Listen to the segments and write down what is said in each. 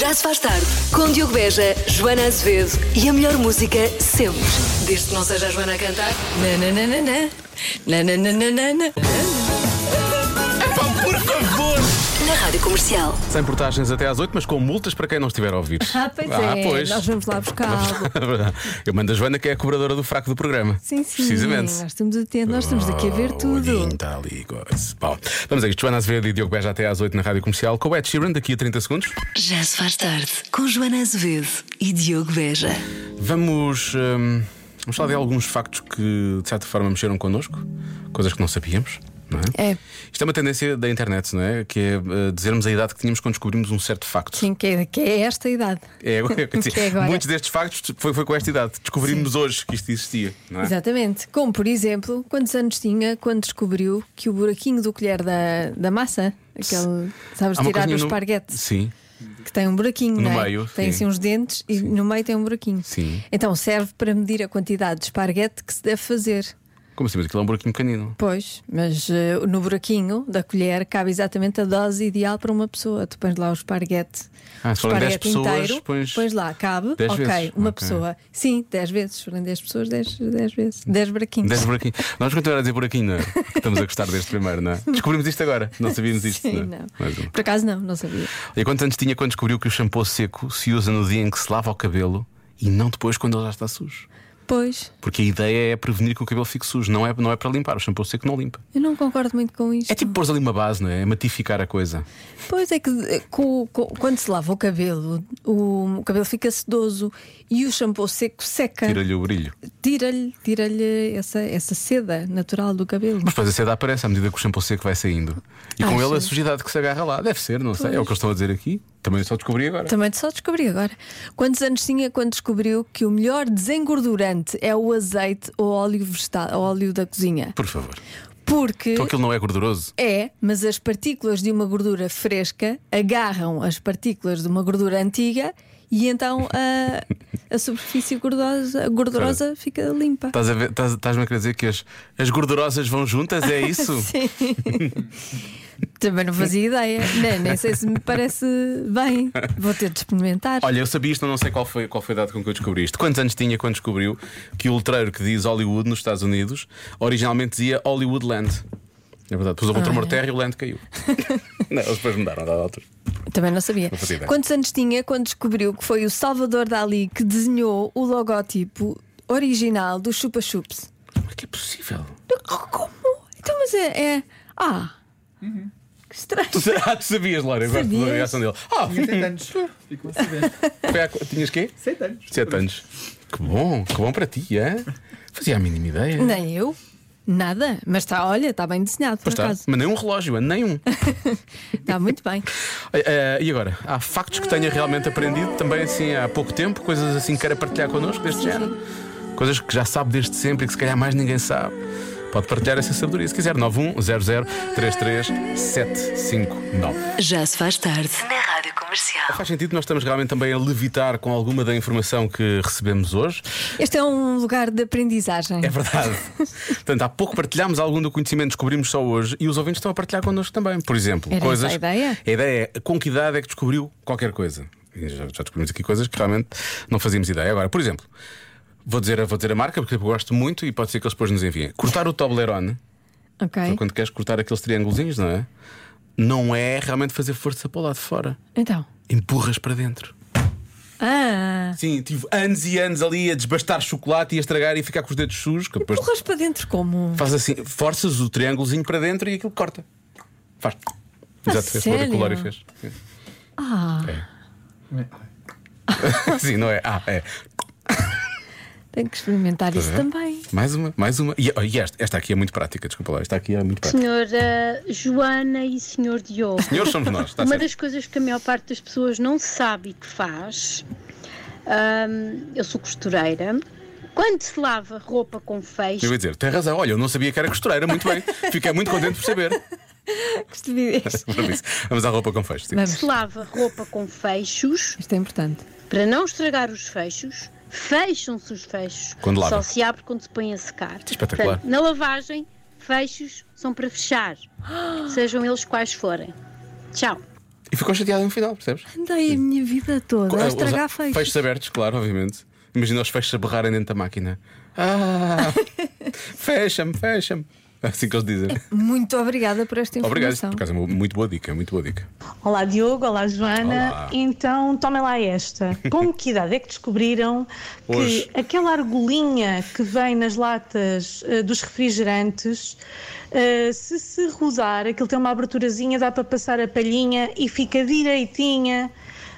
Já se faz tarde com Diogo Beja, Joana Azevedo e a melhor música sempre. Desde que não seja a Joana a cantar. Nananana. Nananana. Na rádio comercial. Sem portagens até às 8, mas com multas para quem não estiver a ouvir. Ah, pois é. pois. Nós vamos lá buscar algo. Eu mando a Joana, que é a cobradora do fraco do programa. Sim, sim. Precisamente. Nós estamos atentos, nós estamos aqui a ver Oh, tudo. olhinho, tá ali, coisa. Bom, vamos a isto. Joana Azevedo e Diogo Beja até às 8 na rádio comercial. Com o Ed Sheeran, daqui a 30 segundos. Já se faz tarde com Joana Azevedo e Diogo Beja. Vamos, hum, vamos falar de alguns factos que, de certa forma, mexeram connosco. Coisas que não sabíamos. Não é? É. Isto é uma tendência da internet, não é? Que é eh, dizermos a idade que tínhamos quando descobrimos um certo facto. Sim, que é, que é esta idade. É, quer dizer, Que é agora. muitos destes factos foi, foi com esta idade. Descobrimos hoje que isto existia. Não é? Exatamente. Como, por exemplo, quantos anos tinha quando descobriu que o buraquinho do colher da, da massa, aquele, sabes, Há tirar uma o coisinha no- esparguete, Sim. que tem um buraquinho, No não é? meio, Tem sim. assim uns dentes e no meio tem um buraquinho. Sim. Então serve para medir a quantidade de esparguete que se deve fazer. Como assim? Mas aquilo é um buraquinho pequenino. Pois, mas eh, no buraquinho da colher cabe exatamente a dose ideal para uma pessoa. Tu pões lá o esparguete. Ah, se o forem 10 esparguete pessoas, inteiro, pões lá, cabe. 10 ok, vezes. uma Ok. pessoa. Sim, 10 vezes. Se forem 10 pessoas, 10 10 vezes. 10 buraquinhos. 10 buraquinho. Nós continuamos a dizer buraquinho, não é? Que Estamos a gostar deste primeiro, não é? Descobrimos isto agora. Não sabíamos isto. Sim, não. é? não. Mais um. Por acaso não, não sabia. E quantos anos tinha quando descobriu que o shampoo seco se usa no dia em que se lava o cabelo e não depois quando ele já está sujo? Pois, Porque a ideia é prevenir que o cabelo fique sujo, não é, não é para limpar. O shampoo seco não limpa. eu não concordo muito com isto. É tipo pôr ali uma base, não é? É matificar a coisa. Pois é que eh, co- co- quando se lava o cabelo, o, o cabelo fica sedoso e o shampoo seco seca. Tira-lhe o brilho. Tira-lhe tira-lhe essa, essa seda natural do cabelo. Mas depois a seda aparece à medida que o shampoo seco vai saindo. E com ele a Achas? sujidade que se agarra lá. Deve ser, não sei. É o que eles estão a dizer aqui. Também só descobri agora. Também só descobri agora. Quantos anos tinha quando descobriu que o melhor desengordurante é o azeite ou óleo vegetal, óleo da cozinha? Por favor. Porque Então aquilo não é gorduroso. é, mas as partículas de uma gordura fresca agarram as partículas de uma gordura antiga e então a, a superfície gordosa, gordurosa fica limpa. Estás a ver- estás- Estás-me a querer dizer que as, as gordurosas vão juntas, é isso? Sim. Também não fazia ideia. Nem, nem sei se me parece bem. Vou ter de experimentar. Olha, eu sabia isto, mas não sei qual foi, qual foi a data com que eu descobri isto. Quantos anos tinha quando descobriu que o letreiro que diz Hollywood nos Estados Unidos originalmente dizia Hollywoodland? É verdade, depois houve um Ah, tremor de terra e o land caiu. não, eles depois mudaram, a dada altura. Também não sabia. Não fazia ideia. Quantos anos tinha quando descobriu que foi o Salvador Dali que desenhou o logótipo original do Chupa Chups? Como é que é possível? Como? Então, mas é. é- Ah! Que estranho. Tu, sa- ah, tu sabias, Laura, eu gosto da Sabias? reação dele. Ah, Tinha 7 anos. Ficou a saber. foi há qu- tinhas quê? 7 anos. 7 anos. Que bom, que bom para ti, é? Fazia a mínima ideia. Nem eu, nada. Mas está, olha, está bem desenhado, por Pois está, acaso. mas nem um relógio, nem um. Está muito bem. Eh, eh, e agora? Há factos que tenha realmente aprendido também assim há pouco tempo, coisas assim que queira partilhar connosco deste género. Coisas que já sabe desde sempre e que se calhar mais ninguém sabe. Pode partilhar essa sabedoria se quiser. 910033759. Já se faz tarde na rádio comercial. Faz sentido, nós estamos realmente também a levitar com alguma da informação que recebemos hoje. Este é um lugar de aprendizagem. É verdade. Portanto, há pouco partilhámos algum do conhecimento que descobrimos só hoje e os ouvintes estão a partilhar connosco também. Por exemplo, Era essa coisas. a ideia? A ideia é com que idade é que descobriu qualquer coisa. E Já, já descobrimos aqui coisas que realmente não fazíamos ideia. Agora, por exemplo, vou dizer, a- vou dizer a marca porque eu gosto muito e pode ser que eles depois nos enviem. Cortar o Toblerone, É Ok. quando queres cortar aqueles triângulozinhos, não é? Não é realmente fazer força para o lado de fora. Então. Empurras para dentro. Ah! Sim, tive anos e anos ali a desbastar chocolate e a estragar e ficar com os dedos sujos. que depois- Porras para dentro como? Faz assim, forças o triângulozinho para dentro e aquilo corta. Faz. Exato, fez sério? o que o Lori fez. Sim. Ah! Sim, não é? Ah, é. Tenho que experimentar isso também. Mais uma, mais uma. E, oh, e esta, esta aqui é muito prática, desculpa lá, esta aqui é muito prática. Senhora Joana e senhor Diogo, Senhores somos nós, está uma certo. das coisas que a maior parte das pessoas não sabe e que faz, hum, eu sou costureira, quando se lava roupa com Eu feixe, ia dizer, tem razão, olha, eu não sabia que era costureira, muito bem. Fiquei muito contente por saber. Que estupidez. Por isso, Vamos à roupa com fecho. sim. Vamos. se lava roupa com fechos, Isto é importante. para não estragar os fechos, fecham-se os fechos, Quando lava. é só se abre quando se põe a secar. Espetacular. Portanto, na lavagem, fechos são para fechar, sejam eles quais forem. Tchau. E ficou chateada no final, percebes? eh, Andei a minha vida toda a Os- estragar Fechos feitos. abertos, claro, obviamente. Imagina os fechos a berrarem dentro da máquina. Ah, fecha-me, fecha-me. É Assim que eles dizem. Muito obrigada por esta Obrigado, informação. isto, por acaso é uma muito boa dica, muito boa dica. Olá Diogo, olá Joana. Olá. Então tomem lá esta. Com que idade é que descobriram que Hoje. aquela argolinha que vem nas latas eh, dos refrigerantes, eh, se se rodar, aquilo tem uma aberturazinha, dá para passar a palhinha e fica direitinha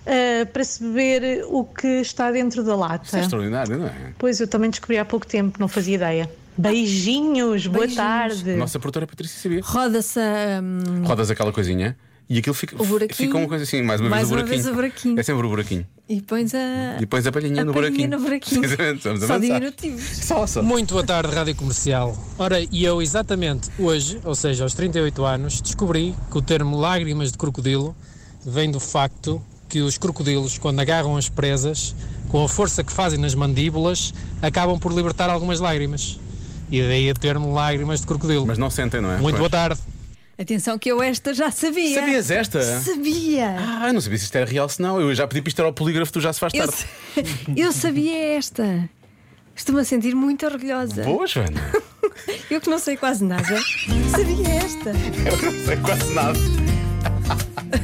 eh, para se beber o que está dentro da Isso lata? é extraordinário, não é? Pois eu também descobri há pouco tempo, não fazia ideia. Beijinhos, boa Beijinhos. tarde. Nossa produtora Patrícia sabia. Roda-se a. hum, Rodas aquela coisinha e aquilo fica, O buraquinho. fica uma coisa assim, mais uma Mais vez o uma buraquinho. vez o buraquinho. É sempre o buraquinho. e pões a. E depois a palhinha a no palhinha buraquinho. no buraquinho. Precisamente, vamos Só avançar. diminutivos. Só, só. Muito boa tarde, Rádio Comercial. Ora, e eu exatamente hoje, ou seja, aos 38 anos, descobri que o termo lágrimas de crocodilo vem do facto que os crocodilos, quando agarram as presas, com a força que fazem nas mandíbulas, acabam por libertar algumas lágrimas. E daí o termo lágrimas de crocodilo. Mas não sentem, não é? Muito boa Pois. tarde. Atenção, que eu esta já sabia. Sabias esta? Sabia! Ah, eu não sabia se isto era real, se não. Eu já pedi para isto era ao polígrafo, tu já se faz Eu, tarde. sa- eu sabia esta. Estou-me a sentir muito orgulhosa. Boa, Joana. Eu que não sei quase nada. sabia esta. Eu não sei quase nada.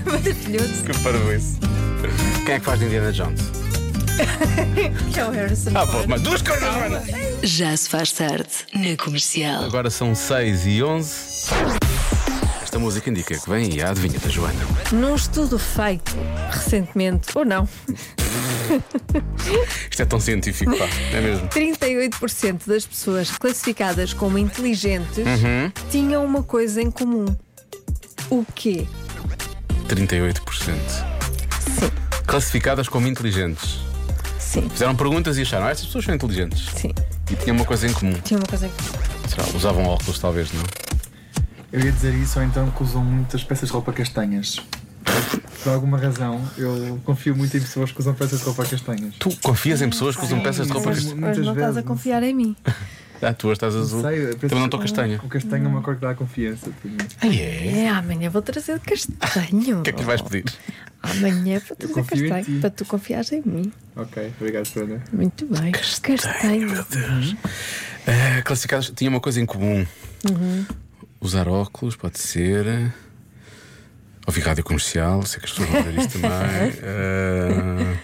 Maravilhoso. Que parvoíce. Quem é que faz de Indiana Jones? Que é o Harrison. Ah, pô, mas duas coisas, Joana. Já se faz tarde na comercial. Agora são 6 e 11. Esta música indica que vem e a adivinha da Joana. Num estudo feito recentemente, ou não, Isto é tão científico, pá. É mesmo. 38% das pessoas classificadas como inteligentes Uhum. tinham uma coisa em comum. O quê? 38%. Classificadas como inteligentes. Sim, Fizeram perguntas e acharam, ah, estas pessoas são inteligentes. sim. E tinham uma coisa em comum. Tinha uma coisa em comum. Será? Usavam óculos, talvez, não? Eu ia dizer isso, ou então que usam muitas peças de roupa castanhas. Por alguma razão, eu confio muito em pessoas que usam peças de roupa castanhas. Tu confias em pessoas que usam peças de roupa Mas- castanha? Muitas Hoje não estás a vezes. confiar em mim. Ah, tu hoje estás azul. Sei, eu penso Também não estou que castanha. O castanho é uma cor que dá confiança. tipo. para mim. Ah, é? É, amanhã vou trazer castanho. O que é que lhe vais pedir? Amanhã vou trazer confio em castanho ti. para tu confiares em mim. Ok, obrigado, Fernanda. Muito bem. Castanho. Ah, classificadas tinha uma coisa em comum. Usar óculos, pode ser. Ouvir rádio comercial, sei que as pessoas vão ver isto também. Ah,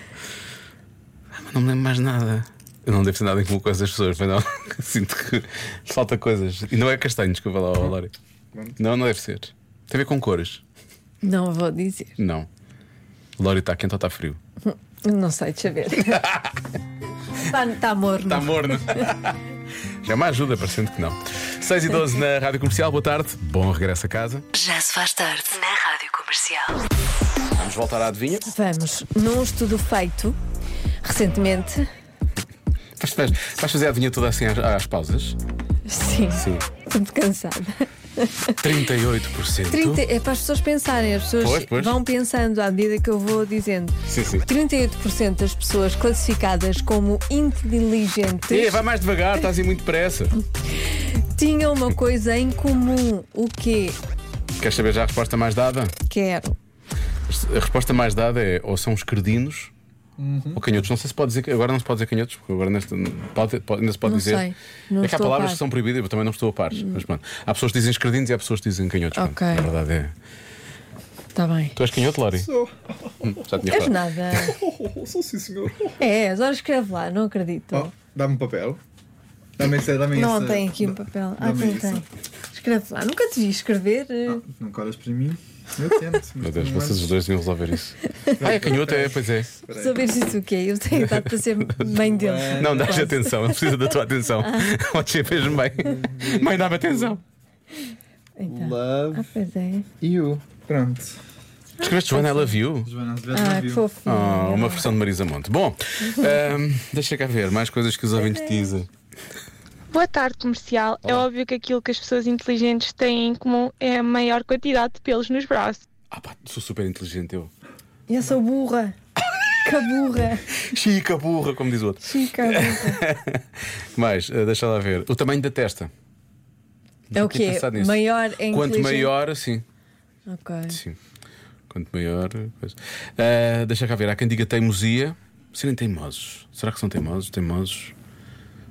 ah, mas não me lembro mais nada. Eu não devo ter nada em comum com essas pessoas, mas não. Sinto que falta coisas. E não é castanho, desculpa lá, ó, Lori. Não, não deve ser. Tem a ver com cores? Não vou dizer. Não. Lori está quente ou está frio? Não sei, deixa ver. Está tá morno. Está morno. Já me ajuda, parecendo que não. 6 e 12 na Rádio Comercial, boa tarde. Bom regresso a casa. Já se faz tarde na rádio comercial. Vamos voltar à adivinha. Vamos, num estudo feito recentemente. Vais, vais- vais fazer a adivinha toda assim às, às pausas? Sim, Sim. estou muito cansada. 38%. 30, é para as pessoas pensarem, as pessoas Pois, pois. vão pensando à medida que eu vou dizendo. Sim, sim. 38% das pessoas classificadas como inteligentes Ei, vai mais devagar, estás aí muito depressa. tinham uma coisa em comum. O quê? Queres saber já a resposta mais dada? Quero. A resposta mais dada é ou são os credinos Uhum. ou canhotos. Não sei se pode dizer, agora não se pode dizer canhotos, porque agora nesta, pode, pode, ainda se pode Não dizer. sei, não é que estou há a palavras par. Hum. que são proibidas, eu também não estou a par. Mas pronto. Há pessoas que dizem escredinos e há pessoas que dizem canhotos. Pronto, Ok. Na verdade é. Está Tá bem. Tu és canhoto, Lori? Sou. Hum, Já tinha És falado. nada. Oh, sou sim, senhor. É, agora escreve lá, não acredito. Oh, dá-me um papel. Dá-me esse, dá-me não esse- tem aqui um papel. Ah, dá-me tem, isso. tem. Escreve lá. Nunca te vi escrever. eh, Ah, não colas para mim? Eu tento. mas Meu Deus, não vocês os é- dois deviam resolver isso. ah, é canhoto, é, pois é. Saberes isso o quê? Eu tenho idade para ser mãe é. dele. Não, dás Quase. atenção, ele precisa da tua atenção. Ah. Ontem fez bem. Mãe, dá-me atenção. Então. Love Pois é. you. Pronto. Escreveste Joana, ela Ah, viu. Joana, às vezes Ai, não viu. fofinho. Oh, uma versão de Marisa Monte. Bom, ahm, deixa cá ver, mais coisas que os ouvintes dizem. Boa tarde, comercial. É óbvio que aquilo que as pessoas inteligentes têm em comum é a maior quantidade de pelos nos braços. Ah, pá, sou super inteligente eu. Eu sou burra. Caburra. Chica burra, como diz o outro. Chica burra. Mais, ah, deixa lá ver. O tamanho da testa. É o Nunca tinha É quê? pensado nisso. Maior em Quanto maior, sim. Ok. sim. Quanto maior. Coisa. Ah, deixa cá ver. Há quem diga teimosia. Serem teimosos. Será que são teimosos? Teimosos.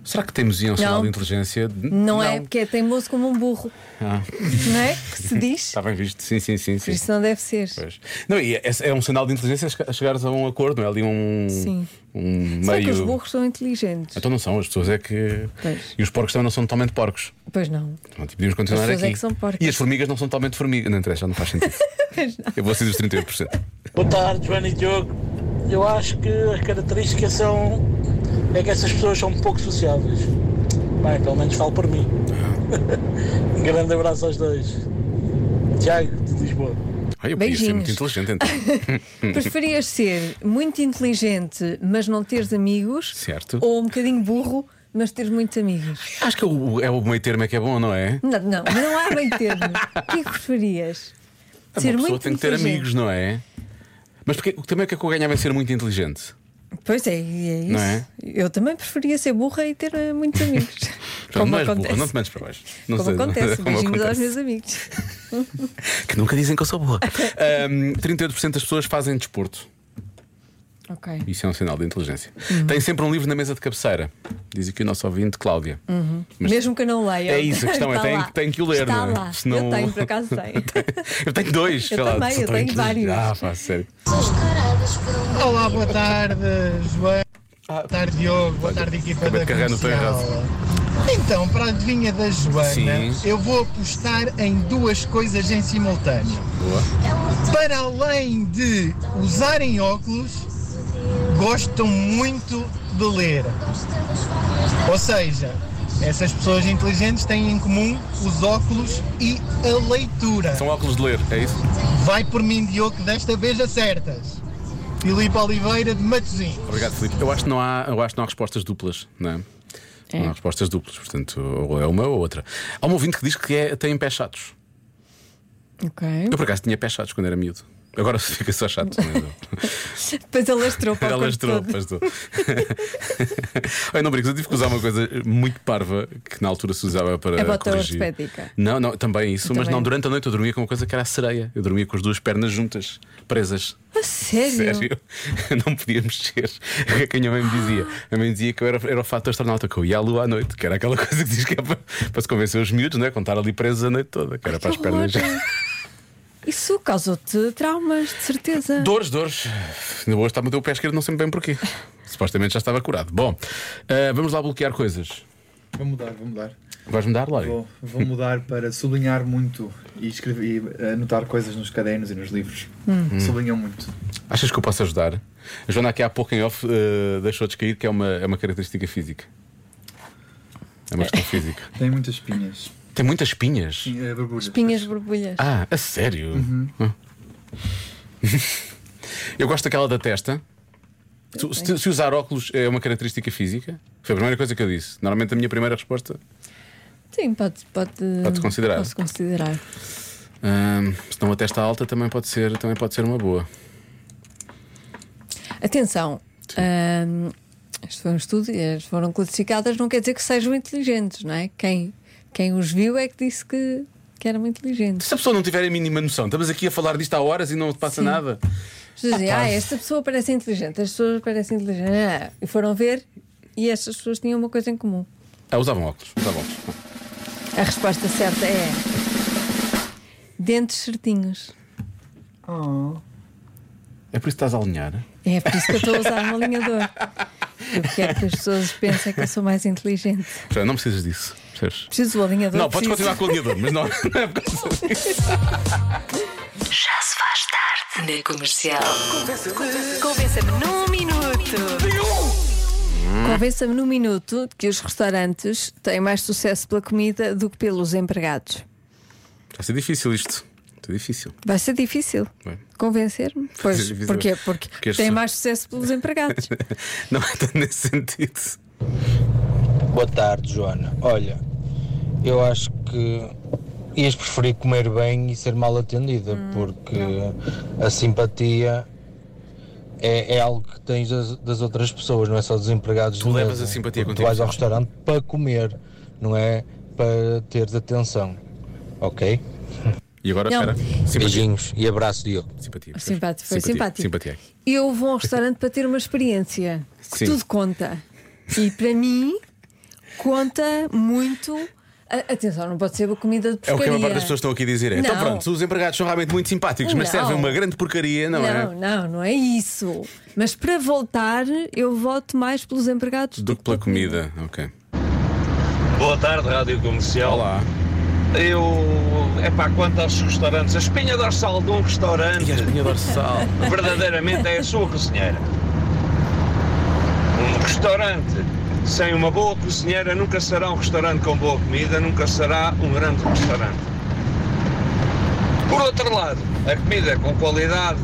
Será que teimosia é um sinal de inteligência? Não, é porque é teimoso como um burro. Ah. Não é? Que se diz. Está bem visto. Sim, sim, sim. sim. Isso não deve ser. Pois. Não, e é, é um sinal de inteligência che- chegares a um acordo, não é ali um, Sim. um Será que os meio. burros são inteligentes? Então não são, as pessoas é que. Pois. E os porcos também não são totalmente porcos. Pois não. Pronto, e podíamos continuar As pessoas aqui. é que são porcas. e as formigas não são totalmente formigas. Não interessa, não faz sentido. Eu vou ser dos 38%. Boa tarde, Joana e Diogo. Eu acho que as características são. é que essas pessoas são pouco sociáveis. Bem, pelo menos falo por mim. um grande abraço aos dois. Tiago, de Lisboa. Ai, eu podia ser Beijinhos. muito inteligente, então. Preferias ser muito inteligente, mas não teres amigos? Certo. Ou um bocadinho burro, mas teres muitos amigos? Acho que o, é o meio termo é que é bom, não é? Não, não, não há bem termo. O que é que preferias? Uma pessoa tem que ter amigos, não é? Mas porque, também o que é que eu ganhava em ser muito inteligente? Pois é, e é isso. Não é? Eu também preferia ser burra e ter eh, muitos amigos. Portanto, não és burra, não te metes para baixo. Não como sei, não- é? acontece, como beijinhos aos acontece. meus amigos. Que nunca dizem que eu sou burra. Ahm, 38% das pessoas fazem desporto. Ok. Isso é um sinal de inteligência. Uhum. Tem sempre um livro na mesa de cabeceira. Diz aqui o nosso ouvinte, Cláudia. Mas- Mesmo que eu não leia. É isso, a questão é, Está tem- lá. tem que o ler, Está não é? lá. Senão- Eu tenho, por acaso tenho. eu tenho dois, sei lá, também, sou eu tão tenho inteligente. vários. Ah, pá, sério. Olá, boa tarde, Joana. Boa tarde, Diogo. Boa tarde, equipa Ah, acabei da de carregar no teu comercial. Então, para a adivinha da Joana, Sim. eu vou apostar em duas coisas em simultâneo. Para além de usarem óculos, gostam muito de ler. Ou seja, essas pessoas inteligentes têm em comum os óculos e a leitura. São óculos de ler, é isso? Vai por mim, Diogo, que desta vez acertas. Filipe Oliveira de Matosinhos. Obrigado, Filipe. Eu acho que não há, eu acho que não há respostas duplas, não é? Não há respostas duplas, portanto, ou é uma ou outra. Há um ouvinte que diz que é, tem pés chatos. ok. Eu por acaso tinha pés chatos quando era miúdo. Agora fica só chato. é? mas eu- Depois alastrou para o Ela corpo estrou, todo. pois estou. Olha, não brinques, eu tive que usar uma coisa muito parva que na altura se usava para. A bota corrigir. ortopédica. Não, não, também isso, mas Também. não, durante a noite eu dormia com uma coisa que era a sereia. Eu dormia com as duas pernas juntas, presas. A sério? Sério? Não podia mexer. É que a minha mãe me dizia. A minha mãe dizia que eu era, era o fato astronauta, que eu ia à lua à noite, que era aquela coisa que diz que é para, para se convencer os miúdos, não é? Contar ali presas a noite toda, que era para as Que pernas. horror. Isso causou-te traumas, de certeza. Dores, dores. Ainda hoje está-me o teu pé esquerdo, não sei bem porquê. Supostamente já estava curado. Bom, eh, vamos lá bloquear coisas. Vou mudar, vou mudar. Vais mudar, Lório? Vou, vou mudar para sublinhar muito e, escrever, e anotar coisas nos cadernos e nos livros. Sublinham muito. Achas que eu posso ajudar? A Joana, aqui há pouco em off, eh, deixou descair que é uma, é uma característica física. É uma questão física. Tem muitas espinhas. Tem muitas espinhas. Sim, Uhum. é, borbulhas. Espinhas borbulhas. Ah, a sério? Ah. Eu gosto daquela da testa. Tu- se, se usar óculos é uma característica física, foi a primeira coisa que eu disse. Normalmente a minha primeira resposta. Sim, pode, pode, Pode considerar. Posso considerar. ahm, se não a testa alta também pode ser, também pode ser uma boa. Atenção, hum, isto foi um estudo e as foram classificadas, não quer dizer que sejam inteligentes, não é? Quem, quem os viu é que disse que, que eram inteligentes. Se a pessoa não tiver a mínima noção, estamos aqui a falar disto há horas e não te passa nada. As pessoas dizem, ah, esta pessoa parece inteligente, as pessoas parecem inteligentes. Ah, e foram ver e estas pessoas tinham uma coisa em comum. Ah, usavam óculos, usavam óculos. A resposta certa é. Dentes certinhos. É por isso que estás a alinhar. É por isso que eu estou a usar um alinhador. Eu quero que as pessoas pensem que eu sou mais inteligente. Já não precisas disso. percebes? Preciso do alinhador. Não, podes preciso. continuar com o alinhador, mas não, não é por causa disso. Já se faz tarde na comercial. Convença-me num minuto. Convença-me num minuto que os restaurantes têm mais sucesso pela comida do que pelos empregados. Vai ser difícil isto. Muito difícil. Vai ser difícil Vai. convencer-me. ser Pois, difícil. porquê? Porque, Porque as têm pessoas- mais sucesso pelos empregados. Não é tanto nesse sentido. Boa tarde, Joana. Olha, eu acho que ias preferir comer bem e ser mal atendida, porque a simpatia é, é algo que tens das, das outras pessoas, não é só dos empregados Tu de levas mesa. a simpatia contigo, Porque Tu vais ao sabes? restaurante para comer, não é para teres atenção, ok? E agora, Não. espera. Simpatia. Beijinhos e abraço, Diogo. Simpatia. pois. Simpático, foi simpático. Simpatia. Eu vou a um restaurante para ter uma experiência. Que Sim. tudo conta. E para mim, conta muito. A- Atenção, não pode ser a comida de É o que a porcaria. maior parte das pessoas estão aqui a dizer. Então Não. pronto, se os empregados são realmente muito simpáticos, mas Não. servem uma grande porcaria, não, não, é? não, não é isso. Mas para voltar, eu voto mais pelos empregados Do que pela comida. Ok. Boa tarde, Rádio Comercial. Olá. Eu. É para quanto aos restaurantes? A espinha dorsal de um restaurante. E a espinha dorsal. Verdadeiramente é a sua cozinheira. Um restaurante sem uma boa cozinheira nunca será um restaurante com boa comida, nunca será um grande restaurante. Por outro lado, a comida com qualidade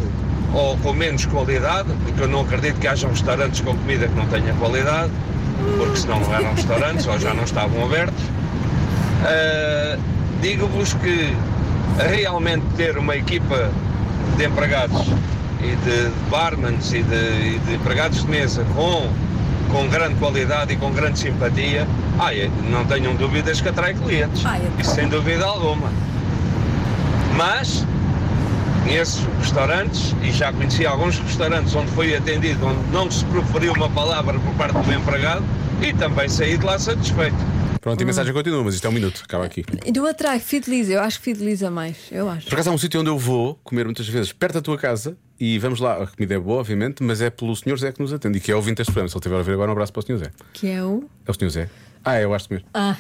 ou com menos qualidade, porque eu não acredito que haja restaurantes com comida que não tenha qualidade, porque senão não eram restaurantes ou já não estavam abertos. Uh, Digo-vos que realmente ter uma equipa de empregados e de barmans e de, e de empregados de mesa com, com grande qualidade e com grande simpatia, ai, não tenham dúvidas que atrai clientes. Isso sem dúvida alguma. Mas conheço restaurantes e já conheci alguns restaurantes onde fui atendido, onde não se proferiu uma palavra por parte do empregado e também saí de lá satisfeito. Pronto, e Ah. a mensagem continua, mas isto é um minuto, acaba aqui. Eu atrai, fideliza, eu acho que fideliza mais, eu acho. Por acaso há um sítio onde eu vou comer muitas vezes, perto da tua casa, e vamos lá, a comida é boa, obviamente, mas é pelo senhor Zé que nos atende, e que é ouvinte deste programa. Se ele estiver a ouvir agora, um abraço para o senhor Zé. Que é o. É o senhor Zé? Ah, é, eu acho mesmo. Ah,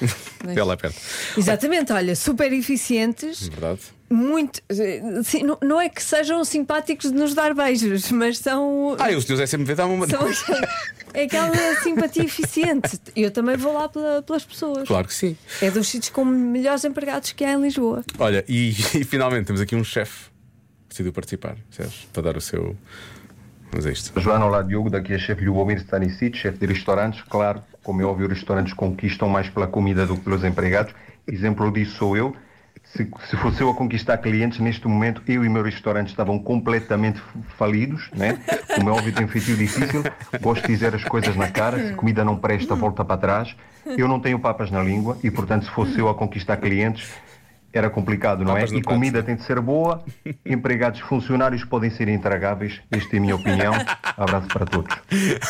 É lá perto. exatamente, olha, super eficientes, É Verdade. muito. eh, sim, não, não é que sejam simpáticos de nos dar beijos, mas são. Ah, e o senhor Zé sempre vê dar uma. são aquela- é aquela simpatia eficiente. Eu também vou lá pela- pelas pessoas. Claro que sim. É dos sítios com melhores empregados que há em Lisboa. Olha, e, e finalmente temos aqui um chefe que decidiu participar, Sérgio, para dar o seu. Mas é isto. Joana, olá Diogo, daqui é chefe Lubomir Stanisic, chefe de restaurantes. Claro, como é óbvio, os restaurantes conquistam mais pela comida do que pelos empregados. Exemplo disso sou eu. Se, se fosse eu a conquistar clientes, neste momento eu e meu restaurante estavam completamente f- falidos, né? Como é óbvio, tem um feitio difícil. Gosto de dizer as coisas na cara. Se comida não presta, volta para trás. Eu não tenho papas na língua e, portanto, se fosse eu a conquistar clientes, era complicado, não Papas é? no E comida tem de ser boa, empregados funcionários podem ser intragáveis, esta é a minha opinião. Abraço para todos.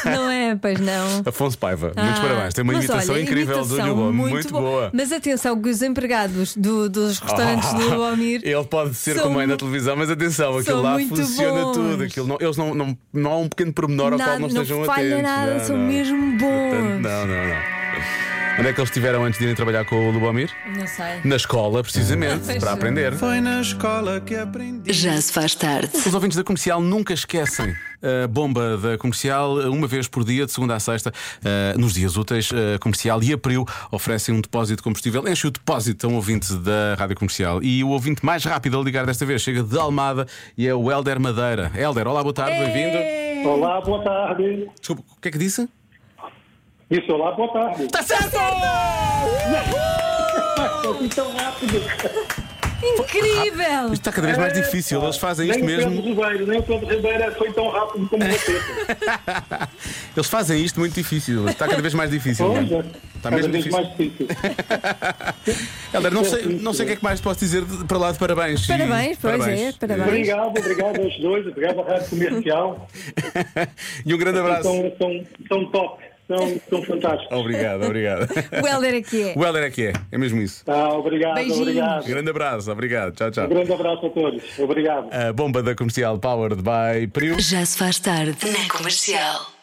Não é? Pois não. Afonso Paiva, muitos Ah, parabéns. Tem uma mas imitação olha, incrível imitação do Lubomir, muito, muito bo- boa. Ah. Mas atenção, que os empregados do- dos restaurantes do Lubomir. Ele pode ser são como é na mu- televisão, mas atenção, aquilo são lá muito funciona bons. tudo. Aquilo não, eles não, não, não há um pequeno pormenor ao qual Nada, não não estejam falha atentos. nada, Não, são não. mesmo Portanto, bons. Não, não, não. Onde é que eles estiveram antes de irem trabalhar com o Lubomir? Não sei. Na escola, precisamente, para aprender. Foi na escola que aprendi. Já se faz tarde. Os ouvintes da comercial nunca esquecem a bomba da comercial, uma vez por dia, de segunda a sexta, eh, nos dias úteis. A comercial e a Priu oferecem um depósito de combustível. Enche o depósito a um ouvinte da rádio comercial. E o ouvinte mais rápido a ligar desta vez chega de Almada e é o Helder Madeira. Helder, olá, boa tarde, bem-vindo. Olá, boa tarde. Desculpa, o que é que disse? Isso, olá, boa tarde. Tá certo! Estou tão rápido. Incrível! Isto está cada vez É mais difícil, eles fazem nem o isto Pedro mesmo. É. Ribeiro, nem o Pedro Ribeiro foi tão rápido como você. Eles fazem isto muito difícil, está cada vez mais difícil. Pois é. Está Cada mesmo vez difícil. mais difícil. Helder, não sei, não sei o que é que mais posso dizer de- para lá de parabéns. Parabéns, E- pois é, parabéns. Obrigado, obrigado aos dois, obrigado à Rádio Comercial. E um grande abraço. São, são, são top, são, são fantásticos. Obrigado, obrigado. O Helder aqui é. O Helder é que é, é mesmo isso. Tá, obrigado, Beijinhos. obrigado. Grande abraço, obrigado. Tchau, tchau. Um grande abraço a todos. Obrigado. A bomba da comercial Powered by Priu. Já se faz tarde na comercial.